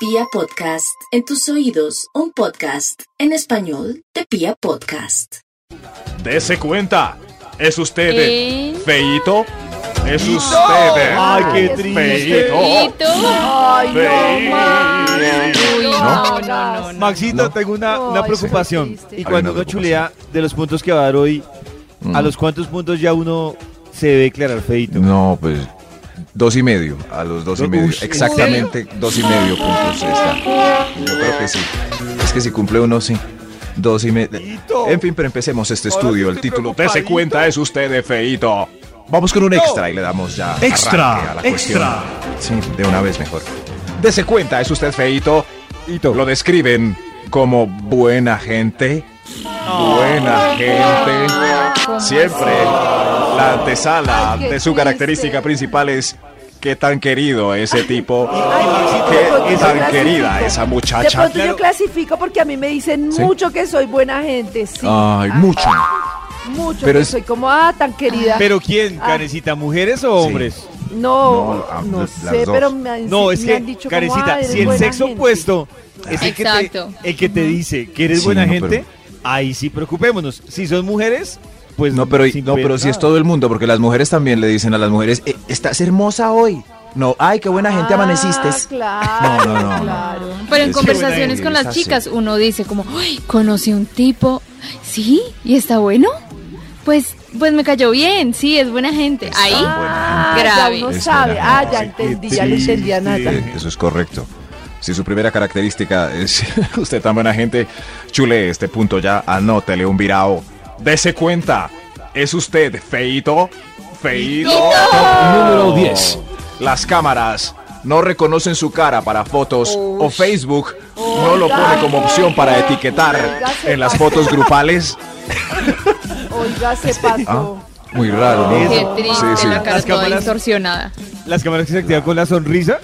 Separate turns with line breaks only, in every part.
Pia Podcast, en tus oídos, un podcast en español de Pia Podcast.
Dese cuenta, es usted
¿Eh?
feito. Es usted. eh,
Ay, qué triste.
Feito.
Ay,
Uy, no, no, no, no.
Maxito,
No.
tengo una, una preocupación. Y cuando
una
uno chulea de los puntos que va a dar hoy, ¿a los cuántos puntos ya uno se debe declarar feito?
Mm. No, pues dos y medio. A los dos y
Uy,
medio.
¿en serio?
Exactamente dos y medio puntos está. Yo creo que sí. Es que si cumple uno, sí. Dos y medio. En fin, pero empecemos este estudio. El título. Dese cuenta, es usted feito. Vamos con un extra y le damos ya.
Extra,
arranque a la
extra.
cuestión. Sí, de una vez mejor. Dese cuenta, es usted feito. Lo describen como buena gente.
Ah.
Buena gente. Siempre la antesala de su característica principal es qué tan querido ese tipo.
porque
Qué
yo
tan
clasifico.
querida esa
De
muchacha.
pronto yo clasifico porque a mí me dicen
Sí.
mucho que soy buena gente, sí. Ah,
Ay, mucho.
mucho
pero
que
es-
soy como, ah, tan querida.
¿Pero quién,
Ah.
Carecita? ¿Mujeres o
Sí.
hombres?
no,
No, ah,
no
las
sé,
dos.
pero me han,
No, es
me
que,
han dicho como,
Carecita,
ah, eres
si el
buena
sexo
gente.
opuesto es el que, te,
Exacto.
el que te dice que eres
Sí,
buena
no,
gente, ahí sí preocupémonos. Si son mujeres, pues
No, pero,
sin
no, pero
pedir
si es
nada.
todo el mundo, porque las mujeres también le dicen a las mujeres, "Eh, estás hermosa hoy. No, ay, qué buena gente
Ah,
amaneciste.
Claro,
No, no, no, no.
claro.
Pero en
Es que buena
conversaciones con las
idea,
chicas
sí.
uno dice como, "Uy, conocí un tipo, sí, y está bueno, pues, pues me cayó bien, sí, es buena gente.
Está
Ahí,
buena
Ah,
grave.
Ya uno
Es
sabe.
buena
Ah,
gente,
ya
sí.
entendí, ya
Sí,
le
sí,
entendí a
sí,
Nata.
eh, Eso es correcto. Si su primera característica es usted tan buena gente, chule este punto ya, anótele un virao. Dese cuenta, es usted feito, feito. Número 10. Las cámaras no reconocen su cara para fotos o Facebook no lo pone como opción para etiquetar
Oiga, se
en las
pasó.
fotos grupales.
Oiga, ese
Ah,
pato.
muy raro, ¿no?
Qué
Eso.
triste,
Sí, sí.
la cara
Las
toda
cámaras-
distorsionada.
Las cámaras que se activan con la sonrisa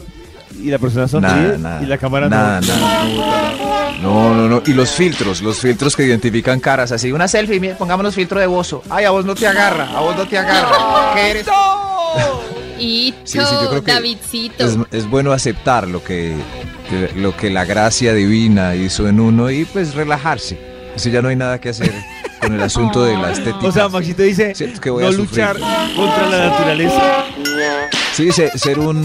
y la persona sonríe
Nada, nada.
y la cámara
nada,
no.
nada. No, no, no. Y los filtros, los filtros que identifican caras así. Una selfie, mire, pongámonos filtro de bozo. Ay, a vos no te agarra, a vos no te agarra. ¿Qué eres?
Y
Sí, sí, yo creo que
Davidcito.
Es, es bueno aceptar lo que, que- lo que la gracia divina hizo en uno y pues relajarse. Así ya no hay nada que hacer con el asunto de la estética.
O sea, Maxito dice
Siento que voy a
no
sufrir.
luchar contra la naturaleza.
Sí, se- ser un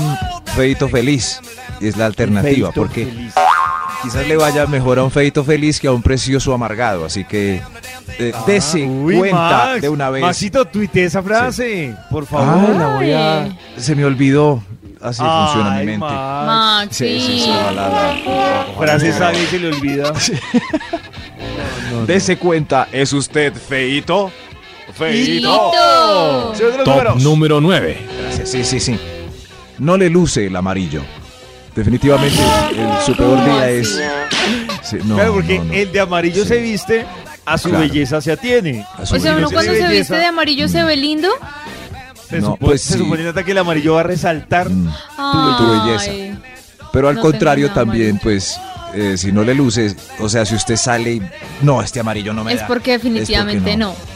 feito feliz es la alternativa,
Feito
porque
feliz.
Quizás le vaya mejor a un feito feliz que a un precioso amargado, así que eh, dese
Ah, Uy,
cuenta
Max,
de una vez.
Maxito, tuite esa frase, por
Ah,
favor.
la voy a...
Ay.
Se me olvidó. Así funciona mi
Ay,
mente.
Max,
Maxi.
Sí, sí, sí, ojalá la- ojalá
Frase
la-
sabia y se le olvida. No, no, no.
Dese cuenta, ¿es usted feito? Feito.
Hijito.
Señor de los
Top
números.
número 9.
Gracias, Sí, sí, sí. No le luce el amarillo. Definitivamente, el- su peor
¿Cómo
día
así?
es. Sí, no,
claro, porque
no, no.
el de amarillo
Sí.
se viste, a su
Claro.
belleza se atiene.
A su
O sea, uno
belleza.
cuando se
Belleza.
viste de amarillo se ve lindo.
Se,
No,
supo-
pues
se
sí.
supone Nata, que el amarillo va a resaltar.
Mm.
Ay.
belleza. Pero al
No
contrario
tenía nada
también, pues, eh, si no le luces, o sea, si usted sale y no, este amarillo no me
Es
da.
porque definitivamente
no.
no.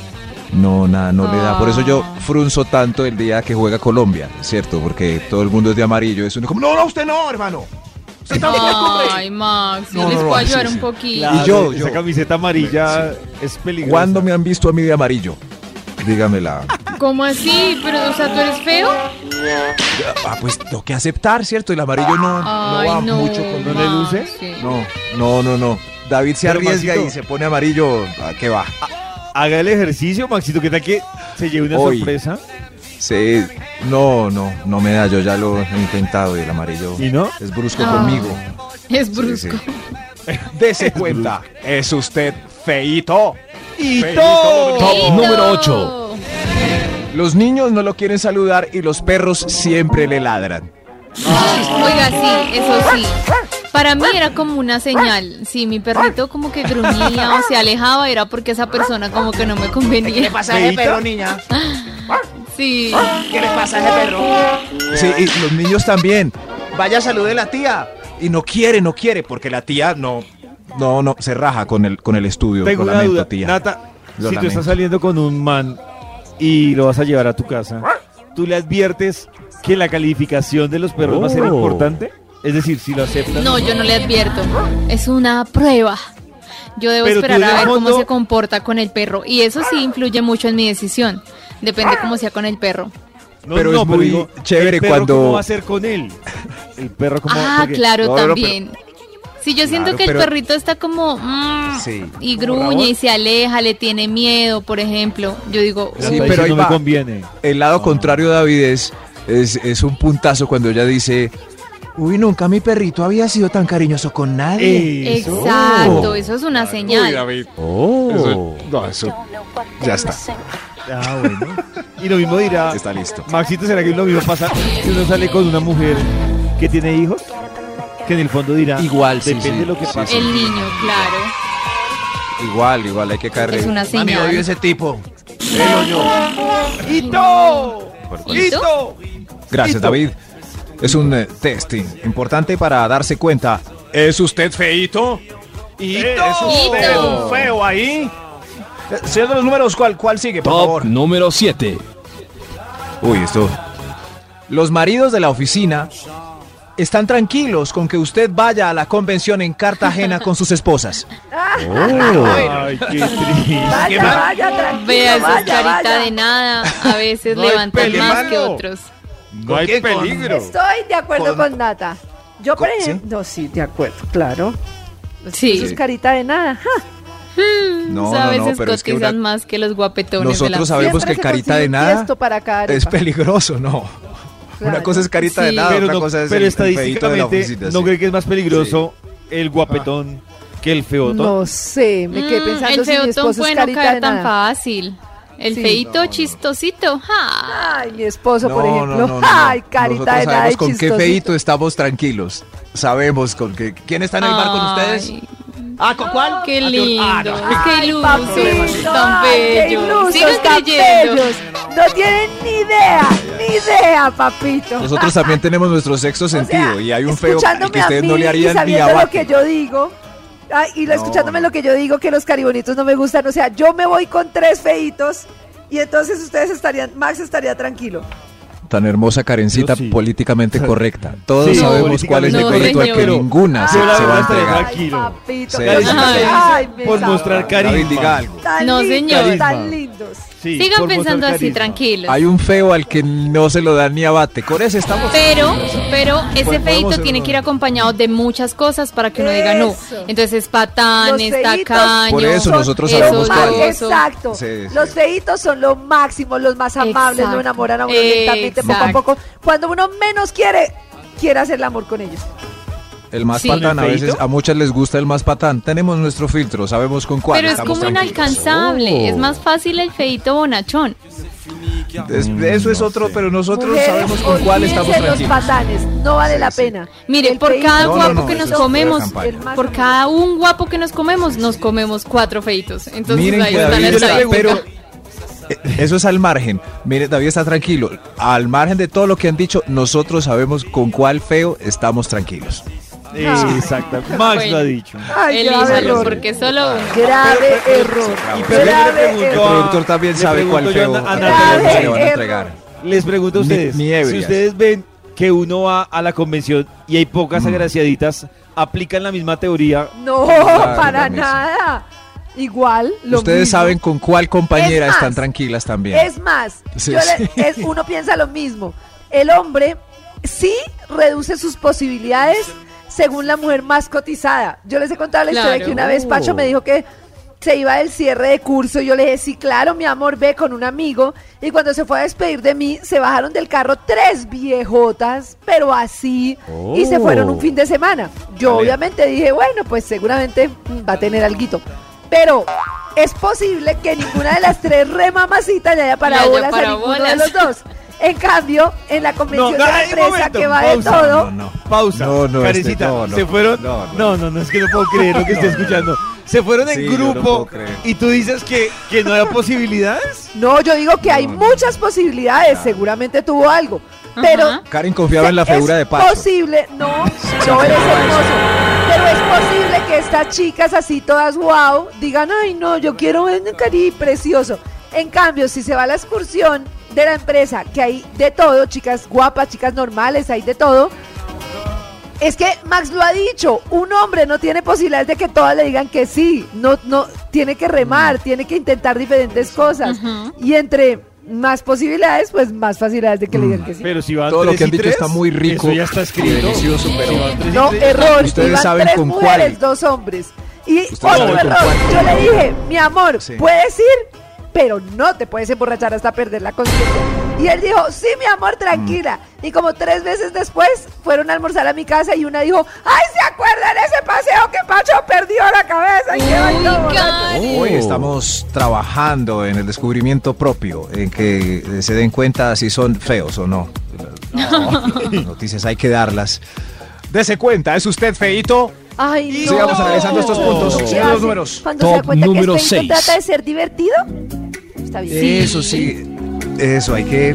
No, nada, no le da. Por eso yo
Ah.
frunzo tanto el día que juega Colombia, ¿cierto? Porque todo el mundo es de amarillo. Es uno como, no, no, usted no, hermano. Usted también, hombre".
Ay, Max, yo
No,
les
no, no,
puedo
sí,
ayudar
sí.
un poquito.
Claro,
yo,
esa
yo.
camiseta amarilla es peligrosa.
¿Cuándo me han visto a mí de amarillo? Dígamela.
¿Cómo así? Pero, o sea, ¿tú eres feo?
Ah, pues tengo que aceptar, ¿cierto? El amarillo no,
Ay,
no va
no,
mucho con
¿No le
Max,
luce?
sí.
No, no, no, no. David se
Pero,
arriesga y
Maxito.
se pone amarillo. ¿A qué va?
Haga el ejercicio, Maxito, que tal que se lleve una
Hoy.
sorpresa.
Sí, no, no, no me da, yo ya lo he intentado y el amarillo
¿Y no?
es brusco
Ah.
conmigo.
Es
Sí,
brusco.
sí. Dese cuenta, es usted feito.
¡Y
Feito.
todo!
Top número 8.
Los niños no lo quieren saludar y los perros siempre le ladran.
Oiga, sí, eso sí. Para mí era como una señal. Si mi perrito como que gruñía o se alejaba, era porque esa persona como que no me convenía.
pasa ese
¿Feíto?
perro, niña?
Sí.
¿Qué le pasa a ese perro?
Sí, y los niños también. Vaya, salude a la tía. Y no quiere, no quiere, porque la tía no, no, no, se raja con el, con el estudio. lo
Tengo una
lamento,
duda.
tía.
Nata,
Lo
si tú
lamento.
estás saliendo con un man y lo vas a llevar a tu casa, ¿tú le adviertes que la calificación de los perros va a ser
Oh.
importante? Es decir, si lo aceptas.
No, yo no le advierto. Es una prueba. Yo debo
Pero tú
esperar
en
a
el
ver cómo
fondo-
se comporta con el perro. Y eso sí influye mucho en mi decisión. Depende cómo sea con el perro.
No,
Pero
no,
es muy chévere
el perro,
cuando-
¿Cómo va a ser con él? El perro como.
ah,
porque-
claro,
no, no, no,
también. Si yo siento
Claro,
que el
pero-
perrito está como mm,
Sí,
y
como
gruñe
rabón.
y se aleja, le tiene miedo, por ejemplo, yo digo,
Pero
Sí,
hasta ahí
pero ahí
sí no
va.
me conviene.
El lado contrario, David, es, es, es un puntazo cuando ella dice, uy, nunca mi perrito había sido tan cariñoso con nadie.
Eso.
Oh.
exacto, eso es una
Uy,
señal.
David.
Oh.
Eso- no, eso ya está,
Ah, bueno. Y lo mismo dirá.
está listo.
Maxito, ¿será que lo mismo pasa si uno sale con una mujer que tiene hijos? Que en el fondo dirá.
Igual, sí,
Depende
sí,
de lo que
sí,
pase.
sí.
El niño, claro,
Igual, igual, hay que caer.
es una señal.
ese tipo.
¡Hito!
¿Listo?
Gracias, David. Es un eh, testing importante para darse cuenta. ¿Es usted Eh, feito?
Hito.
Feo ahí.
Eh, Señor de los números, ¿cuál, cuál sigue, por
Top
favor?
número 7.
Uy, esto. Los maridos de la oficina están tranquilos con que usted vaya a la convención en Cartagena con sus esposas.
Ay, qué triste.
Vaya, vaya, tranquilo,
Vea esa
vaya,
carita
vaya.
de nada, a veces
No hay
levantan
pele,
más que
mano.
otros.
No hay peligro.
Estoy de acuerdo con, Nata. Yo, por
¿Con- sí?
ejemplo, no, sí, de acuerdo, claro. Eso es
Sí,
carita de nada. Ah, ja.
No,
o sea, a
no, no,
veces
pero
cotizan
es que una-
más que los guapetones de
Nosotros
la
sabemos que
Siempre se
carita de
consigue un
nada
tiesto para cada
es
arepa.
peligroso, no. Una
Claro.
cosa es carita de
Sí.
nada,
pero
Ah, otra
no-
cosa es
pero
el- el feíto de la
estadísticamente
oficina,
no
sí.
creo que es más peligroso el guapetón que el feotón.
No sé, me quedé
Mm,
pensando
el
si mi
feotón
esposo
puede
es
no
carita
caer
de
tan
nada.
fácil. El
Sí.
feito chistosito, ja.
Ay, mi esposo, por
No, no, no,
ejemplo.
no, no.
Ay, carita
Nosotros
de nada.
sabemos
y
con qué
chistosito.
feito estamos tranquilos. Sabemos con qué. ¿Quién está en el bar con ustedes?
Ay,
Ah, ¿con cuál?
Qué
Ah, con-
lindo,
ah, no.
qué
Ay,
ilusos,
papito,
tan
ay, qué
bellos.
ilusos,
Sigan
tan
creyendo.
bellos. No tienen ni idea, ni idea, papito.
Nosotros también tenemos nuestro sexto
O sea,
sentido y hay un feo al
escuchándome
que
a
ustedes no
mí
le
y
harían ni
sabiendo
a
lo que yo digo. ay, y lo- escuchándome lo que yo digo, que los caribonitos no me gustan. O sea, yo me voy con tres feitos y entonces ustedes estarían, Max estaría tranquilo.
Tan hermosa Karencita,
Yo sí.
políticamente correcta. Todos
Sí,
sabemos cuál es el
no,
correcto al que
señor.
ninguna se,
Yo la
Ah, se va a
verdad estaría
entregar.
Tranquilo.
Sí.
papito. pero-
Ay,
me
por
sabe.
mostrar
David,
carisma.
diga algo.
Tan
No,
lindos,
señor.
Tan lindos.
Sí,
Sigan
por mostrar
pensando así,
carisma.
tranquilos.
Hay un feo al que no se lo da ni abate. Con ese estamos.
Pero, pero
Pues,
ese
podemos
feito
ser
tiene
uno.
que ir acompañado de muchas cosas para que uno diga no.
Eso.
Entonces es patán,
Los
es
feitos
tacaño.
Por eso
es
nosotros
son
sabemos
lo
cuál.
más-
odioso.
Exacto.
Sí, sí.
Los feitos son lo máximo, los más amables,
Exacto.
lo enamoran a uno lentamente, poco a
Exacto.
poco. Cuando uno menos quiere, quiere hacer el amor con ellos.
El más
Sí.
patán, a
¿El
veces
feíto?
a muchas les gusta el más patán. Tenemos nuestro filtro, sabemos con cuál.
Pero es
estamos
como
tranquilos.
inalcanzable.
Oh.
Es más fácil el feito bonachón.
Es- eso es otro, pero nosotros
Mujeres,
sabemos con cuál
olvídense
estamos
los
tranquilos.
patanes, no vale
Sí,
la
sí.
pena.
Mire,
El
por
feíto
cada
No, no,
guapo
no,
que
eso
nos
es pura
comemos,
campaña.
El más
por cada un guapo que nos comemos, nos comemos cuatro feitos. Entonces
Miren
ahí
que
está
David
la
está,
estadística.
pero eh, eso es al margen. Mire, David está tranquilo. Al margen de todo lo que han dicho, nosotros sabemos con cuál feo estamos tranquilos.
Eh, Exacto. Max lo ha dicho.
Ay, grave
Elíjalo,
error.
porque solo uno.
Grave error.
Pero yo le
Grave
pregunto
El
a-
error.
productor también
le
sabe
pregunto
cuál
yo a
feo
Ana-
a
Ana
cuál se
Teresa.
le van a
Error.
entregar.
Les pregunto a
Ni-
ustedes,
ni ebrias.
si ustedes ven que uno va a la convención y hay pocas
Mm.
agraciaditas, aplican la misma teoría.
No,
Claro,
para
lo mismo.
nada. Igual, lo
Ustedes
mismo.
saben con cuál compañera
Es más,
están tranquilas también.
Es más,
Sí,
yo le-
sí.
es- uno piensa lo mismo. El hombre sí reduce sus posibilidades según la mujer más cotizada. Yo les he contado la historia
Claro.
que una vez Pacho me dijo que se iba del cierre de curso. y Yo le dije, sí, claro, mi amor, ve con un amigo. Y cuando se fue a despedir de mí, se bajaron del carro tres viejotas, pero así, y
Oh.
se fueron un fin de semana. Yo obviamente dije, bueno, pues seguramente mm, va a tener alguito. Pero es posible que ninguna de las tres remamacitas le haya
Le
para
haya
bolas a ninguno
parabolas.
de los dos. En cambio, en la convención de la
ay,
empresa
momento,
que va de
pausa,
todo,
No, no.
Pausa.
No, no, este,
Karencita,
no, no.
se fueron.
No, no.
No no. no, es que no puedo creer lo que estoy escuchando. Se fueron en
Sí, yo no puedo
grupo
creer.
y tú dices que, que no había posibilidades.
no, yo digo que hay
No, no.
muchas posibilidades, seguramente tuvo algo. Pero
Ajá.
Karen confiaba en la
se-
figura
es
de Pacho.
posible, no, no eres hermoso. Pero es posible que estas chicas así todas wow digan, ay no, yo quiero un cari precioso. En cambio, si se va a la excursión de la empresa, que hay de todo, chicas guapas, chicas normales, hay de todo, Es que Max lo ha dicho, un hombre no tiene posibilidades de que todas le digan que sí, no, no, tiene que remar, tiene que intentar diferentes cosas.
Ujú.
Y entre más posibilidades, pues más facilidades de que le
Mm.
digan que sí.
Pero si van
Todo lo
tres
que han
y
dicho
tres,
está muy rico.
Eso ya está escrito.
Delicioso, pero-
Si van tres y
No, eh,
tres,
error.
Ustedes
Iban
saben
tres
con
mujeres,
cuál.
dos hombres. Y
saben
otro
con
error.
cuál.
Yo le dije, mi amor,
Sí.
puedes ir, pero no te puedes emborrachar hasta perder la conciencia. Y él dijo, sí, mi amor, tranquila.
Mm.
Y como tres veces después fueron a almorzar a mi casa y una dijo, ay, ¿se acuerdan ese paseo que Pacho perdió la cabeza? Y que
Uy,
bailó borracho?"
Karen.
Hoy estamos trabajando en el descubrimiento propio, en que eh, se den cuenta si son feos o no. Las noticias hay que darlas. Dese cuenta, ¿es usted feito?
Ay, no.
Sigamos analizando estos puntos.
¿Qué
Siguen los
hace?
números.
Cuando se
Top
da cuenta
número
que este hijo
seis.
trata de ser divertido, está bien.
Eso sí, eso hay que...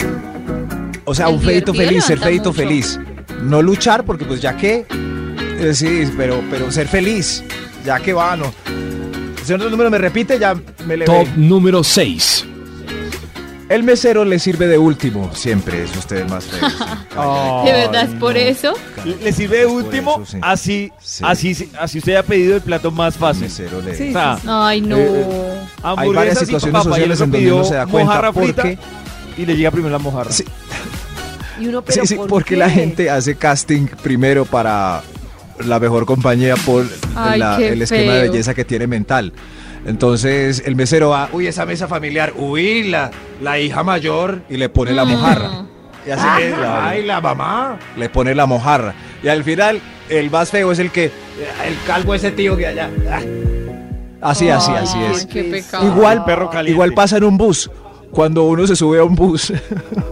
O sea,
El
un feito
divertido
feliz, ser
levanta
feito
mucho.
feliz. No luchar porque pues ya que... eh, sí, pero, pero ser feliz, ya que va, no. Si otro número me repite, ya me le
Top número 6.
El mesero le sirve de último, siempre es usted el más feo. sí.
De verdad es por eso.
Le sirve de
Es pues por
último,
eso, sí.
así,
Sí.
así, así usted ha pedido el plato más
El
fácil.
mesero le-
O
Sí,
sea,
Ay, no.
Eh,
Hay varias
hamburguesas y
situaciones
papá, y el
sociales
otro
en donde uno
pidió
se da
mojarra
cuenta
frita
porque,
y le llega primero la mojarra.
Sí,
Y uno,
sí,
pero
sí,
¿por
porque la
qué?
gente hace casting primero para la mejor compañía por
Ay,
la-
qué
el esquema de
feo.
belleza que tiene mental. Entonces el mesero va, uy, esa mesa familiar, uy, la, la hija mayor, y le pone la
Mm.
mojarra. Y así que, ay, la mamá, le pone la mojarra. Y al final, el más feo es el que, el calvo ese tío que allá. ah. Así, así,
Ay,
así es.
Qué pecado.
Igual,
perro caliente.
igual pasa en un bus. Cuando uno se sube a un bus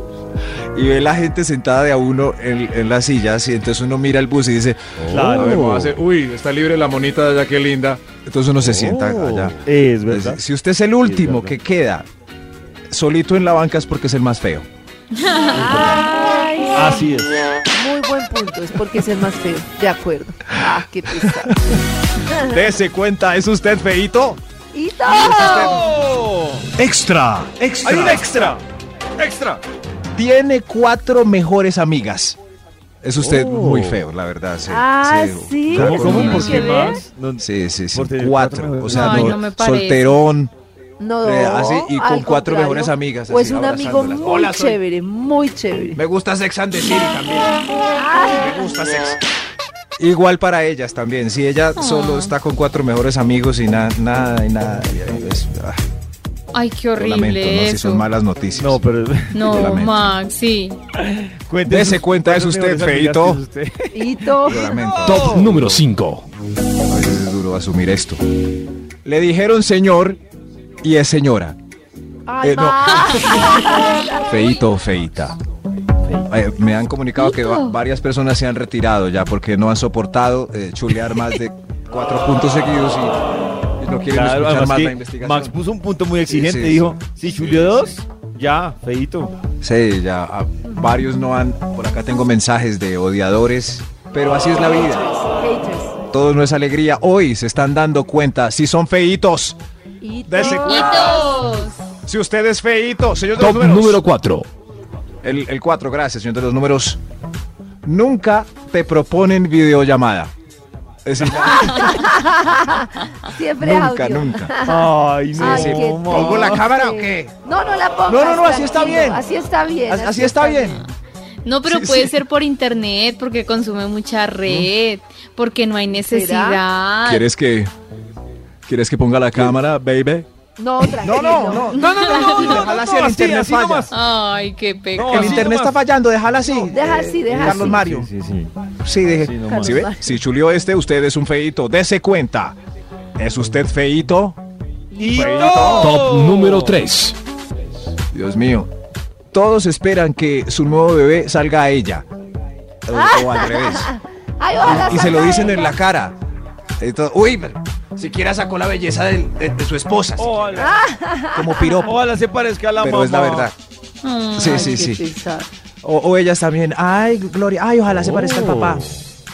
y ve la gente sentada de a uno en, en las sillas, y entonces uno mira el bus y dice,
Claro.
"Oh".
A ver, vamos a hacer-
uy, está libre la monita de allá, qué linda. Entonces uno se sienta allá.
Es verdad.
Si usted es el último
verdad.
que queda solito en la banca es porque es el más feo.
Ay,
Así es.
Muy buen punto, es porque es el más feo. De acuerdo. Ah, qué pesado.
Dese cuenta, ¿es usted feito?
¡Y todo!
Extra, extra. Hay un extra, extra. Tiene cuatro mejores amigas. Es usted muy feo, la verdad. Sí,
Ah, sí,
claro,
¿Cómo,
con
cómo?
una-
¿Por
¿Por
qué
qué más?
Sí, sí, sí.
Por tener cuatro
Cuatro.
mejores
O sea,
amigas.
no,
Ay, no me parece.
solterón.
No,
Eh, así, y con
al
cuatro
contrario.
mejores amigas,
O es
así,
un amigo
abrazándolas.
muy chévere, muy chévere.
Me gusta Sex and the City también. Me gusta Sex. Igual para ellas también. Si ella
Ah.
solo está con cuatro mejores amigos y nada, nada, y nada. y ahí es- ah,
Ay, qué
lo
horrible
lamento, ¿no? Si
eso.
son malas noticias.
No, pero.
No,
Lamento.
Max, sí.
Cuente
Dese
sus-
cuenta, es
cuántas
usted,
mejores
feíto.
amigas tiene usted.
Y todo.
Lo lamento.
Top número 5.
A veces es duro asumir esto. Le dijeron señor y es señora.
Ay,
Eh, no.
Max.
Feito o feita. Eh, me han comunicado que va- varias personas se han retirado ya porque no han soportado eh, chulear más de cuatro puntos seguidos y, y no quieren
Claro,
escuchar
además
más
que
la investigación.
Max puso un punto muy exigente.
Sí, sí,
dijo:
sí.
si
Sí,
chuleó
sí.
dos, ya, feito.
Sí, ya ah, varios no han. Por acá tengo mensajes de odiadores, pero así es la vida.
Haters.
Todo no es alegría. Hoy se están dando cuenta si son feitos.
Y todo.
Dese
Y dos.
Si usted es feito, señor de los
Top
números.
número 4.
El, 4, gracias, señor de los números. Nunca te proponen videollamada. Es decir,
Siempre
nunca,
audio.
nunca.
Ay, no.
Ay, qué
¿Pongo la
triste.
cámara o qué?
No, no la pongas.
No, no, no, así está
tranquilo,
bien.
Así está bien.
Así, está bien.
No, pero
Sí,
puede
sí.
ser por internet, porque consume mucha red, porque no hay necesidad.
¿Quieres que, ¿Quieres que ponga la cámara, baby?
No, tranquilo.
No, no, no, no,
Ojalá
no,
si el
así,
internet
así
falla.
nomás.
Ay, qué pecado.
No,
El
así
internet
nomás.
está fallando, déjala así. Eh,
Deja así, deja
Carlos
así.
Mario.
Sí, sí.
Sí, deje.
Así nomás.
¿Sí ve? Si chulió este, usted es un feito. Dese cuenta. ¿Es usted feito?
Y Oh.
Top número 3.
Dios mío. Todos esperan que su nuevo bebé salga a ella. O- o al revés.
Ay, ojalá
y se
salga
lo dicen
ella.
en la cara. Entonces, uy, pero siquiera sacó la belleza del- de, de su esposa,
Oh.
Ojalá,
Ah.
como piropo.
ojalá se parezca a la
Pero es la
mamá.
verdad.
Ay,
Sí,
Mm. Ay,
sí,
qué
sí.
pesar.
O, o ellas también. Ay, Gloria, ay, ojalá se parezca al
Oh.
papá.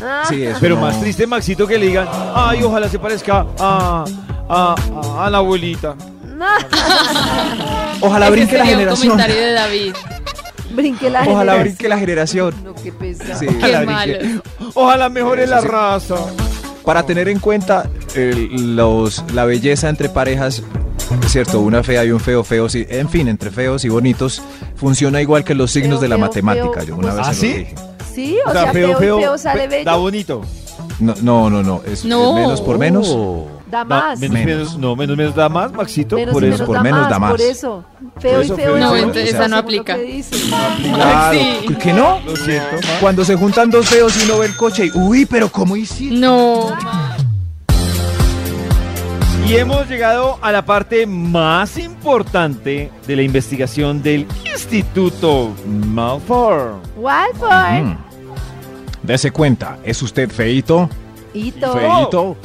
Ah,
Sí, eso
Pero
no.
más triste, Maxito, que le digan, ay, ojalá se parezca a, a, a- a la abuelita.
no.
Ojalá
Ese
brinque la
sería un
generación.
comentario de David.
Brinque la
Ojalá
generación.
brinque la generación.
No, qué pesado.
Sí.
Qué
Ojalá
malo.
brinque. Ojalá mejore la raza.
Para tener en cuenta el- los, la belleza entre parejas, es cierto, una fea y un feo, feos y, en fin, entre feos y bonitos, funciona igual que los signos
Feo,
de la
feo,
matemática.
feo.
Yo una vez
¿Ah,
se lo
sí?
dije.
Sí, o, sea, feo, y feo sale
fe-
bello.
Da
Da,
bonito.
No, no, no, no, es,
No.
es menos por menos.
Da-
más.
menos,
Menos.
menos- no, menos, menos da más, Maxito.
Menos
por
y
eso.
menos
por
da
menos
más,
da más.
Por eso. Feo
Por
y
eso feo y
feo. es
feo,
lo
o sea,
segundo
esa no aplica.
que dice.
Claro,
Sí.
¿por qué no?
Lo siento, Max.
Cuando se juntan dos feos y uno ve el coche y, uy, pero ¿cómo hiciste?
No.
Y hemos llegado a la parte más importante de la investigación del Instituto Malfour.
Walford.
Mm. Dese cuenta, ¿es usted feito?
Hito.
Feito.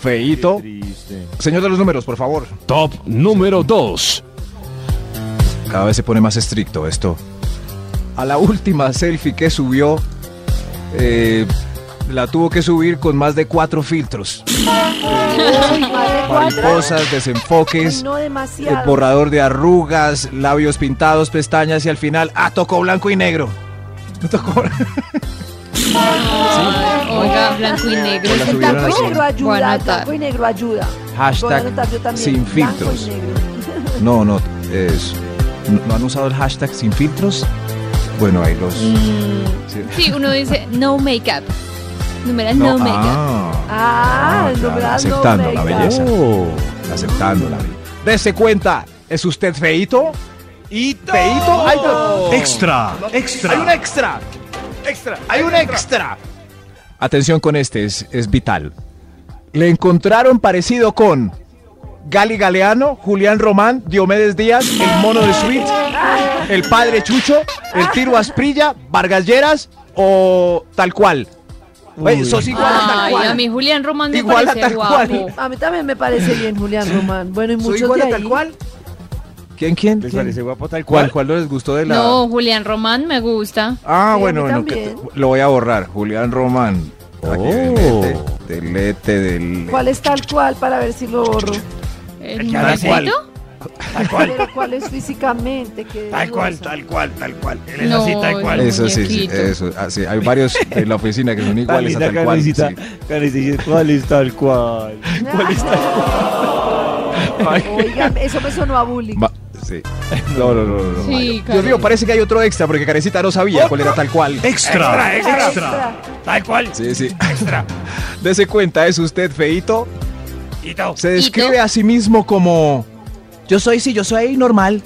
Feito.
Triste.
Señor de los números, por favor.
Top número 2.
Cada vez se pone más estricto esto. A la última selfie que subió, eh, la tuvo que subir con más de cuatro filtros.
Uy, más de cuatro.
Mariposas, desenfoques,
Ay, no
eh,
demasiado.
borrador de arrugas, labios pintados, pestañas y al final, ah, tocó blanco y negro. Tocó...
Oiga, blanco y negro.
Hola,
El
subieron
blanco
así.
y negro
Voy a
ayuda, el
anotar.
blanco y negro ayuda. Voy a
Hashtag
anotar yo también,
sin
blanco y
filtros.
negro.
No, no, es- ¿no- ¿No han usado el hashtag sin filtros? Bueno, ahí los... Sí.
Sí, uno dice no makeup. Numeral
No,
no, makeup.
ah.
Ah,
Ah,
el
claro,
numeral no
aceptando la
venga.
belleza. Aceptando la belleza. Dese cuenta, ¿es usted feito?
¡Y
Feito. Hay un-
Extra.
Hay un extra. Extra. Hay un extra. Atención con este, es, es vital. Le encontraron parecido con Gali Galeano, Julián Román, Diomedes Díaz, el mono de Sweet, el padre Chucho, el tiro Asprilla, Vargas Lleras o tal cual. Güey, sos igual a tal
Ay,
cual.
a mí Julián Román me
Igual a
parece
tal
guapo.
cual.
A mí también me parece bien Julián Román. Bueno, y
¿Soy
muchos
igual
de
a tal
ahí.
cual? ¿Quién, quién?
¿Les
quién?
parece guapo tal
¿Cuál,
cual?
cuál no les gustó de la...?
No, Julián Román me gusta.
Ah,
Sí, a
bueno,
mí
bueno, que
también.
te- lo voy a borrar. Julián Román. Aquí, este, delete, delete, delete.
¿Cuál es tal cual para ver si lo borro?
¿El
Tal cual.
muñequito?
Pero cuál es físicamente. Que
Tal cual, tal cual, tal cual. Él es así, tal
No,
cual.
el
Eso sí, sí,
muñequito.
eso. Ah, sí, hay varios en la oficina que son
Tan
iguales a
linda
tal cual.
Karencita.
sí.
Karencita, ¿Cuál es tal cual?
¿Cuál es tal cual? Oigan, eso me sonó a bullying.
Ma- sí. No, no, no, no, no,
Sí,
Mario. Dios
Karen.
mío, parece que hay otro extra porque Carecita no sabía cuál era tal cual.
Extra, extra,
Extra.
Tal cual.
Sí, sí.
Extra.
Dese cuenta, ¿es usted feito?
Y todo.
Se describe a sí mismo como. Yo soy, sí, yo soy normal.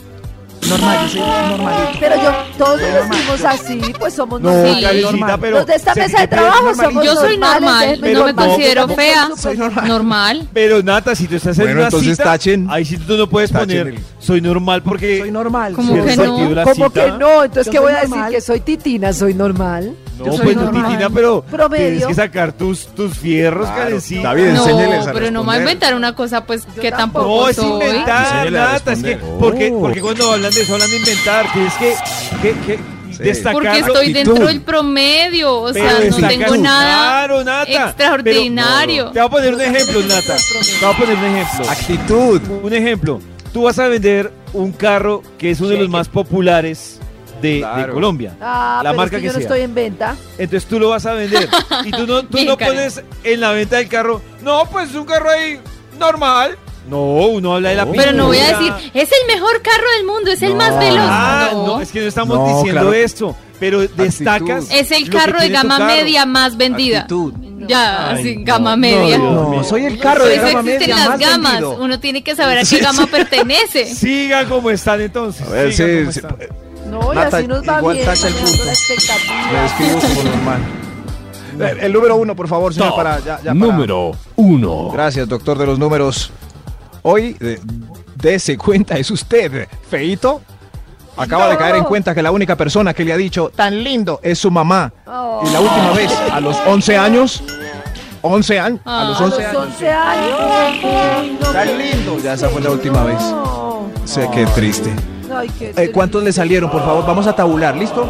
Normal, yo soy normalito.
Pero yo, todos nos vestimos así, pues somos
No,
normales.
Sí.
Karencita, pero.
Los de esta
se-
mesa de
te-
trabajo somos
Yo soy
normales,
normal,
déjenme
no me
normal.
considero
Yo
fea.
tampoco soy
normal.
Normal.
Pero Nata, si tú estás en
Bueno,
una
entonces
cita,
tachen.
ahí sí tú no puedes
Tachen
poner
el-
soy normal porque
Soy normal.
¿Cómo
sí,
que
soy-
no?
¿Cómo que no? Entonces,
Yo
¿qué
soy
voy a decir?
normal.
Que soy titina, soy normal.
No,
Yo soy
pues
normal.
no, Titina, pero
Promedio.
tienes que sacar tus, tus fierros,
Claro,
Karencita.
David,
No,
enséñeles a
pero no me voy a
responder.
inventar una cosa pues que tampoco,
No, es
soy.
inventar,
Enséñale a
Nata. Es que,
responder.
porque,
Oh.
porque cuando hablan de eso, hablan de inventar. Tienes que, que, que
Sí.
destacar.
Porque
lo-
estoy
actitud.
dentro del promedio, o
pero
sea, no
destacar-
tengo nada
Claro, Nata, pero-
extraordinario.
Te voy a poner un ejemplo, Nata. Te voy a poner un ejemplo.
Actitud.
Un ejemplo. Tú vas a vender un carro que es uno de los más populares de, de
Claro.
Colombia.
Ah,
La
pero
marca
es que,
que
yo no
sea.
estoy en venta.
Entonces tú lo vas a vender. Y tú no, tú
Bien,
no
Karen.
pones en la venta del carro. No, pues es un carro ahí normal. No, uno habla de la
Pero no voy a
pintura.
decir, es el mejor carro del mundo, es el
No.
más veloz.
Ah, no.
no.
es que no estamos
No,
diciendo
claro.
esto. Pero destacas.
Es el
lo que
carro de
tiene tu
gama
carro.
media más vendida.
Actitud.
Ya,
Ay,
sin
no,
gama
no,
media.
Dios
No,
mío.
soy el carro
Por
de
eso
gama
Pues existen
media
las
más
gamas.
vendido.
Uno tiene que saber a qué gama pertenece.
Siga como están entonces.
A ver,
siga
sí,
como
sí,
están.
No, y
Nata,
así nos va
igual
bien.
tacha el
manejando
punto.
la expectativa.
Me describo como normal. El, el número uno, por favor, señor,
Top
para, ya- ya para.
número 1.
Gracias, doctor de los números. Hoy, de- dese cuenta, es usted, feito. Acaba de
No.
caer en cuenta que la única persona que le ha dicho tan lindo es su mamá.
Oh.
Y la última vez, a los 11 años. 11 años. A los
Ah.
A
11
los
años.
11 años. No,
Tan
qué
lindo. Ya esa fue la
triste,
última vez.
no.
Sé que triste.
Ay, qué
Eh,
triste.
¿Cuántos le salieron, por favor? Vamos a tabular, ¿listo?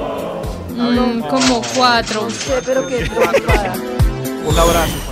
Mm, como cuatro.
No sé, pero qué triste.
Un abrazo.